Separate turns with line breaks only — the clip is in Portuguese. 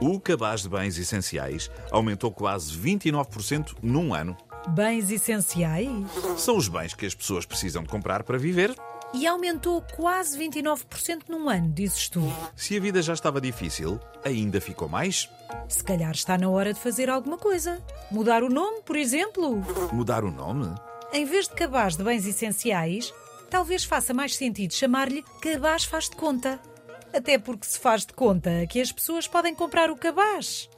O cabaz de bens essenciais aumentou quase 29% num ano.
Bens essenciais?
São os bens que as pessoas precisam de comprar para viver.
E aumentou quase 29% num ano, dizes tu.
Se a vida já estava difícil, ainda ficou mais.
Se calhar está na hora de fazer alguma coisa. Mudar o nome, por exemplo.
Mudar o nome?
Em vez de cabaz de bens essenciais, talvez faça mais sentido chamar-lhe cabaz faz de conta. Até porque se faz de conta que as pessoas podem comprar o cabaz.